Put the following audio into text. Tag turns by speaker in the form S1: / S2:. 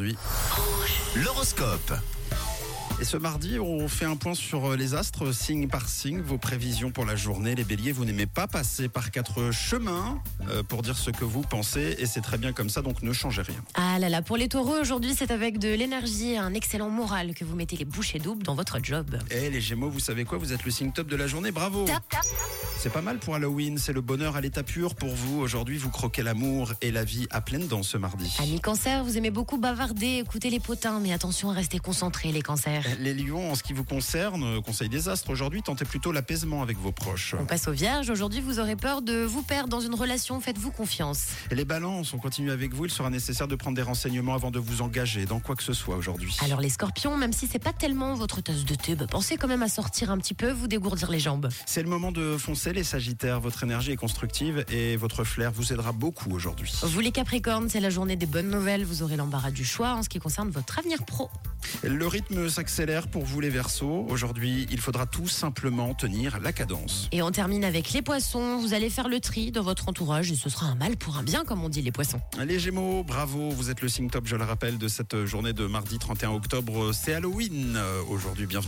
S1: aujourd'hui.
S2: L'horoscope.
S1: Et ce mardi, on fait un point sur euh, les astres, signe par signe, vos prévisions pour la journée. Les béliers, vous n'aimez pas passer par quatre chemins euh, pour dire ce que vous pensez, et c'est très bien comme ça, donc ne changez rien.
S3: Ah là là, pour les taureaux, aujourd'hui, c'est avec de l'énergie et un excellent moral que vous mettez les bouchées doubles dans votre job.
S1: Et Eh, les gémeaux, vous savez quoi Vous êtes le signe top de la journée, bravo C'est pas mal pour Halloween, c'est le bonheur à l'état pur pour vous. Aujourd'hui, vous croquez l'amour et la vie à pleine dents ce mardi.
S3: Amis cancers, vous aimez beaucoup bavarder, écouter les potins, mais attention à rester concentrés, les cancers.
S1: Les lions, en ce qui vous concerne, euh, conseil des astres, aujourd'hui, tentez plutôt l'apaisement avec vos proches.
S3: On passe aux vierges, aujourd'hui, vous aurez peur de vous perdre dans une relation, faites-vous confiance.
S1: Les balances, on continue avec vous. Il sera nécessaire de prendre des renseignements avant de vous engager dans quoi que ce soit aujourd'hui.
S3: Alors les scorpions, même si c'est pas tellement votre tasse de thé, bah, pensez quand même à sortir un petit peu, vous dégourdir les jambes.
S1: C'est le moment de foncer les Sagittaires. Votre énergie est constructive et votre flair vous aidera beaucoup aujourd'hui.
S3: Vous les capricornes, c'est la journée des bonnes nouvelles, vous aurez l'embarras du choix en ce qui concerne votre avenir pro.
S1: Le rythme s'accélère pour vous les Verseaux. Aujourd'hui, il faudra tout simplement tenir la cadence.
S3: Et on termine avec les poissons, vous allez faire le tri dans votre entourage et ce sera un mal pour un bien comme on dit les poissons.
S1: Les Gémeaux, bravo, vous êtes le signe top, je le rappelle, de cette journée de mardi 31 octobre. C'est Halloween euh, aujourd'hui, bienvenue.